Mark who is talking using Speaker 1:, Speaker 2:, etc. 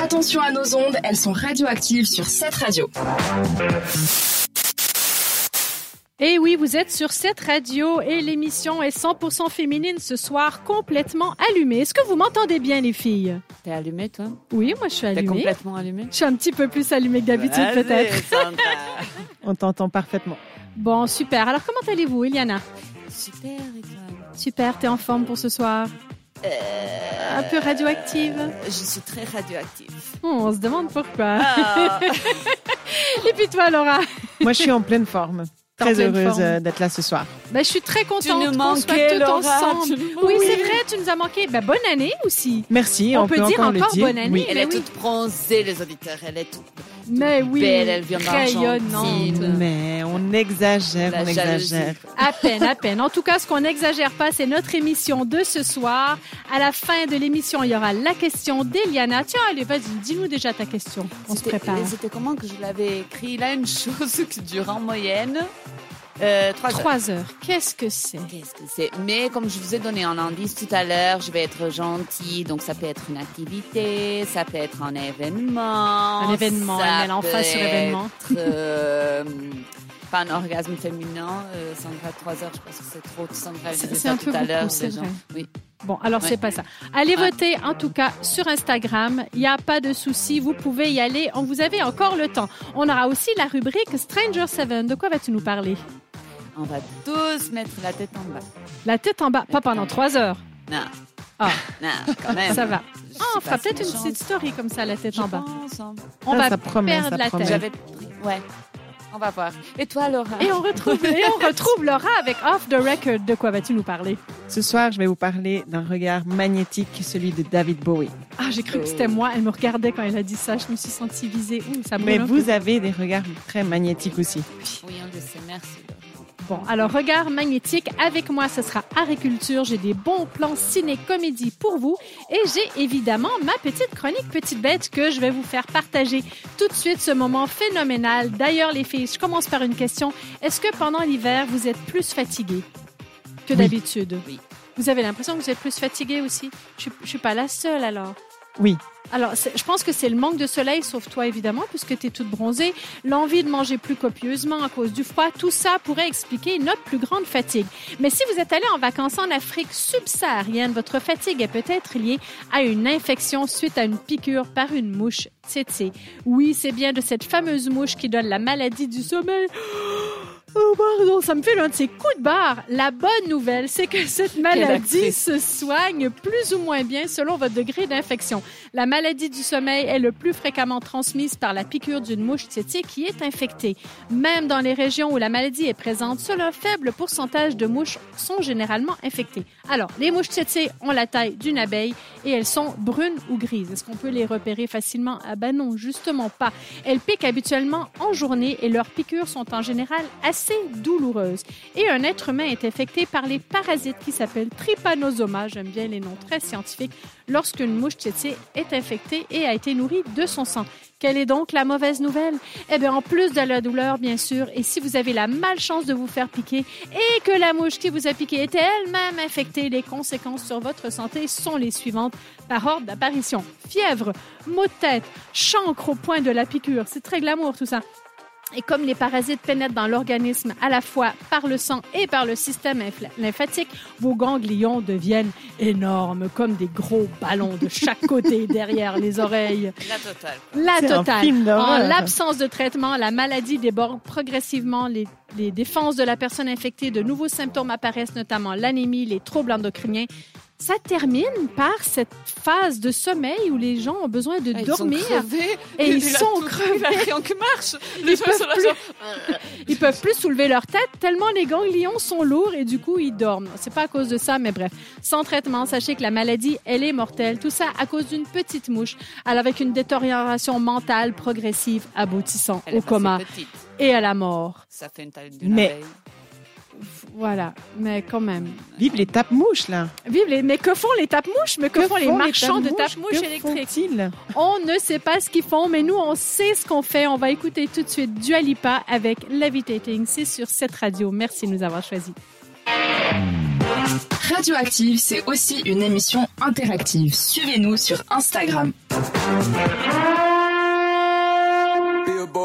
Speaker 1: Attention à nos ondes, elles sont radioactives sur cette radio.
Speaker 2: Et oui, vous êtes sur cette radio et l'émission est 100% féminine ce soir, complètement allumée. Est-ce que vous m'entendez bien, les filles?
Speaker 3: T'es allumée, toi
Speaker 2: Oui, moi, je suis
Speaker 3: T'es
Speaker 2: allumée.
Speaker 3: complètement allumée
Speaker 2: Je suis un petit peu plus allumée que d'habitude,
Speaker 3: Vas-y,
Speaker 2: peut-être.
Speaker 3: Sandra.
Speaker 4: On t'entend parfaitement.
Speaker 2: Bon, super. Alors, comment allez-vous, Eliana?
Speaker 3: Super, et toi
Speaker 2: Super, t'es en forme pour ce soir?
Speaker 3: Euh,
Speaker 2: Un peu radioactive.
Speaker 3: Je suis très radioactive.
Speaker 2: Oh, on se demande pourquoi.
Speaker 3: Ah.
Speaker 2: Et puis toi, Laura?
Speaker 4: Moi, je suis en pleine forme.
Speaker 2: T'es en
Speaker 4: Très
Speaker 2: pleine
Speaker 4: heureuse
Speaker 2: forme.
Speaker 4: euh, d'être là ce soir.
Speaker 2: Ben, je suis très contente.
Speaker 3: tu nous
Speaker 2: qu'on soit
Speaker 3: manquais,
Speaker 2: toutes
Speaker 3: Laura.
Speaker 2: ensemble.
Speaker 3: tu nous-
Speaker 2: Oui, c'est vrai, tu nous as manqué. Ben, bonne année aussi.
Speaker 4: Merci.
Speaker 2: On
Speaker 4: On,
Speaker 2: peut dire
Speaker 4: encore,
Speaker 2: encore
Speaker 4: le dire.
Speaker 2: bonne année.
Speaker 4: Oui.
Speaker 3: Elle
Speaker 2: Mais
Speaker 3: est
Speaker 2: oui.
Speaker 3: toute bronzée, les auditeurs. Elle est toute
Speaker 2: Mais oui,
Speaker 3: belle. Elle vient
Speaker 2: rayonnante.
Speaker 3: d'Argentine.
Speaker 4: Mais on exagère,
Speaker 3: La
Speaker 4: on
Speaker 3: jalousie.
Speaker 4: exagère.
Speaker 2: À peine, à peine. En tout cas, ce qu'on n'exagère pas, c'est notre émission de ce soir. À la fin de l'émission, il y aura la question d'Eliana. Tiens, allez, vas-y, dis-nous déjà ta question. On se
Speaker 3: C'était-
Speaker 2: prépare.
Speaker 3: C'était comment que je l'avais écrit Là, une chose qui dure en moyenne euh, trois heures.
Speaker 2: Trois heures. Qu'est-ce que c'est?
Speaker 3: Qu'est-ce que c'est Mais comme je vous ai donné un indice tout à l'heure, je vais être gentille. Donc ça peut être une activité, ça peut être un événement.
Speaker 2: Un événement,
Speaker 3: ça
Speaker 2: elle met l'emphase
Speaker 3: peut
Speaker 2: sur événement.
Speaker 3: être, euh, pas un orgasme féminin. Euh, Sandra, 3 heures, je pense que c'est trop. Sandra, elle
Speaker 2: C'est-
Speaker 3: disait
Speaker 2: c'est
Speaker 3: ça
Speaker 2: un peu
Speaker 3: tout à l'heure.
Speaker 2: beaucoup, c'est
Speaker 3: les gens.
Speaker 2: vrai.
Speaker 3: Oui.
Speaker 2: Bon, alors
Speaker 3: Ouais.
Speaker 2: c'est pas ça. Allez
Speaker 3: Ouais.
Speaker 2: voter en tout cas sur Instagram. Il n'y a pas de souci, vous pouvez y aller. On vous avez encore le temps. On aura aussi la rubrique Stranger Seven. De quoi vas-tu nous parler
Speaker 3: On va tous mettre la tête en bas.
Speaker 2: La tête en bas, pas pendant trois heures.
Speaker 3: Non.
Speaker 2: Ah.
Speaker 3: Non, quand même.
Speaker 2: Ça va.
Speaker 3: Je suis
Speaker 2: Ah, on
Speaker 3: pas
Speaker 2: fera
Speaker 3: si
Speaker 2: peut-être une
Speaker 3: méchante.
Speaker 2: petite story comme ça, la tête
Speaker 3: Je
Speaker 2: en bas.
Speaker 3: pense, hein.
Speaker 2: On
Speaker 4: Ça,
Speaker 2: va
Speaker 4: ça promet,
Speaker 2: perdre
Speaker 4: ça
Speaker 2: la
Speaker 4: promet.
Speaker 2: tête.
Speaker 3: J'avais pris. Ouais. On va voir. Et toi, Laura
Speaker 2: Et on retrouve, et on retrouve Laura avec Off the Record. De quoi vas-tu nous parler
Speaker 4: Ce soir, je vais vous parler d'un regard magnétique, celui de David Bowie.
Speaker 2: Ah, j'ai cru que c'était moi. Elle me regardait quand elle a dit ça. Je me suis sentie visée. Ouh, ça
Speaker 4: Mais
Speaker 2: brûle un
Speaker 4: vous avez des regards très magnétiques aussi.
Speaker 3: Oui, on le sait. Merci, Laura.
Speaker 2: Bon, alors regard magnétique, avec moi ce sera Agriculture, j'ai des bons plans ciné-comédie pour vous et j'ai évidemment ma petite chronique Petite Bête que je vais vous faire partager tout de suite ce moment phénoménal. D'ailleurs les filles, je commence par une question. Est-ce que pendant l'hiver vous êtes plus fatigué que
Speaker 4: Oui.
Speaker 2: d'habitude
Speaker 3: Oui.
Speaker 2: Vous avez l'impression que vous êtes plus fatigué aussi je, suis- je suis pas la seule alors.
Speaker 4: Oui.
Speaker 2: Alors, c'est- je pense que c'est le manque de soleil, sauf toi évidemment, puisque tu es toute bronzée, l'envie de manger plus copieusement à cause du froid, tout ça pourrait expliquer notre plus grande fatigue. Mais si vous êtes allé en vacances en Afrique subsaharienne, votre fatigue est peut-être liée à une infection suite à une piqûre par une mouche tsetse. Oui, c'est bien de cette fameuse mouche qui donne la maladie du sommeil. Oh, pardon, ça me fait l'un de ces coups de barre. La bonne nouvelle, c'est que cette maladie
Speaker 3: actrice.
Speaker 2: se soigne plus ou moins bien selon votre degré d'infection. La maladie du sommeil est le plus fréquemment transmise par la piqûre d'une mouche tsetse qui est infectée. Même dans les régions où la maladie est présente, seul un faible pourcentage de mouches sont généralement infectées. Alors, les mouches tsetse ont la taille d'une abeille et elles sont brunes ou grises. Est-ce qu'on peut les repérer facilement Ah ben non, justement pas. Elles piquent habituellement en journée et leurs piqûres sont en général assez douloureuses. Et un être humain est infecté par les parasites qui s'appellent trypanosoma. J'aime bien les noms très scientifiques lorsqu'une mouche tsetse est infectée et a été nourrie de son sang. Quelle est donc la mauvaise nouvelle Eh bien, en plus de la douleur, bien sûr, et si vous avez la malchance de vous faire piquer et que la mouche qui vous a piqué était elle-même infectée, les conséquences sur votre santé sont les suivantes par ordre d'apparition fièvre, maux de tête, chancre au point de la piqûre. C'est très glamour tout ça. Et comme les parasites pénètrent dans l'organisme à la fois par le sang et par le système infla- lymphatique, vos ganglions deviennent énormes, comme des gros ballons de chaque côté derrière les oreilles.
Speaker 3: La totale. quoi.
Speaker 2: La
Speaker 4: C'est un
Speaker 2: totale.
Speaker 4: film
Speaker 2: Ah,
Speaker 3: Ah
Speaker 2: En
Speaker 4: d'horreur.
Speaker 2: l'absence de traitement, la maladie déborde progressivement. Les, les défenses de la personne infectée, de nouveaux symptômes apparaissent, notamment l'anémie, les troubles endocriniens. Ça termine par cette phase de sommeil où les gens ont besoin de
Speaker 3: Ah, ils sont
Speaker 2: dormir.
Speaker 3: crevés.
Speaker 2: Et ils
Speaker 3: la
Speaker 2: sont
Speaker 3: toute-
Speaker 2: crevés.
Speaker 3: La rien que marche. Les gens
Speaker 2: peuvent
Speaker 3: sont là,
Speaker 2: plus.
Speaker 3: genre,
Speaker 2: Ils peuvent plus soulever leur tête tellement les ganglions sont lourds et du coup ils dorment. C'est pas à cause de ça, mais bref. Sans traitement, sachez que la maladie, elle est mortelle. Tout ça à cause d'une petite mouche. Alors avec une détérioration mentale progressive aboutissant
Speaker 3: Elle est
Speaker 2: au
Speaker 3: passée
Speaker 2: coma
Speaker 3: petite.
Speaker 2: et à la mort.
Speaker 3: Ça fait une taille d'une
Speaker 4: Mais-
Speaker 3: abeille.
Speaker 2: Voilà. Mais quand même.
Speaker 4: Vive les tapes-mouches, là.
Speaker 2: Vive les... Mais que font les tape-mouches? Mais que, font les marchands de
Speaker 4: tapes-mouches
Speaker 2: tape-mouches
Speaker 4: Que
Speaker 2: électriques?
Speaker 4: font-ils
Speaker 2: On ne sait pas ce qu'ils font, mais nous, on sait ce qu'on fait. On va écouter tout de suite Dua Lipa avec Levitating. C'est sur cette radio. Merci de nous avoir choisis.
Speaker 1: Radioactive, c'est aussi une émission interactive. Suivez-nous sur Instagram. Bye.